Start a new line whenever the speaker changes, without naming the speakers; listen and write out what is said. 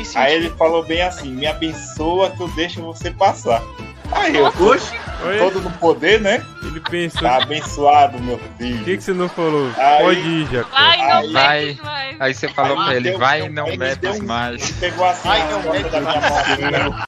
sentido.
Aí ele falou bem assim: me abençoa que eu deixo você passar. Aí eu, oxe,
Oi?
todo no poder, né?
Ele pensou,
Tá abençoado, meu
por que,
filho.
que você não falou?
Aí-
Pode ir, Jacó.
Vai, não
Vai.
bebe mais.
Aí você falou
Aí
pra ele,
deu-
vai
deu-
não
ele
bebes
deu-
mais.
Pegou assim
Ai,
a
não,
porta da minha mão, assim, né?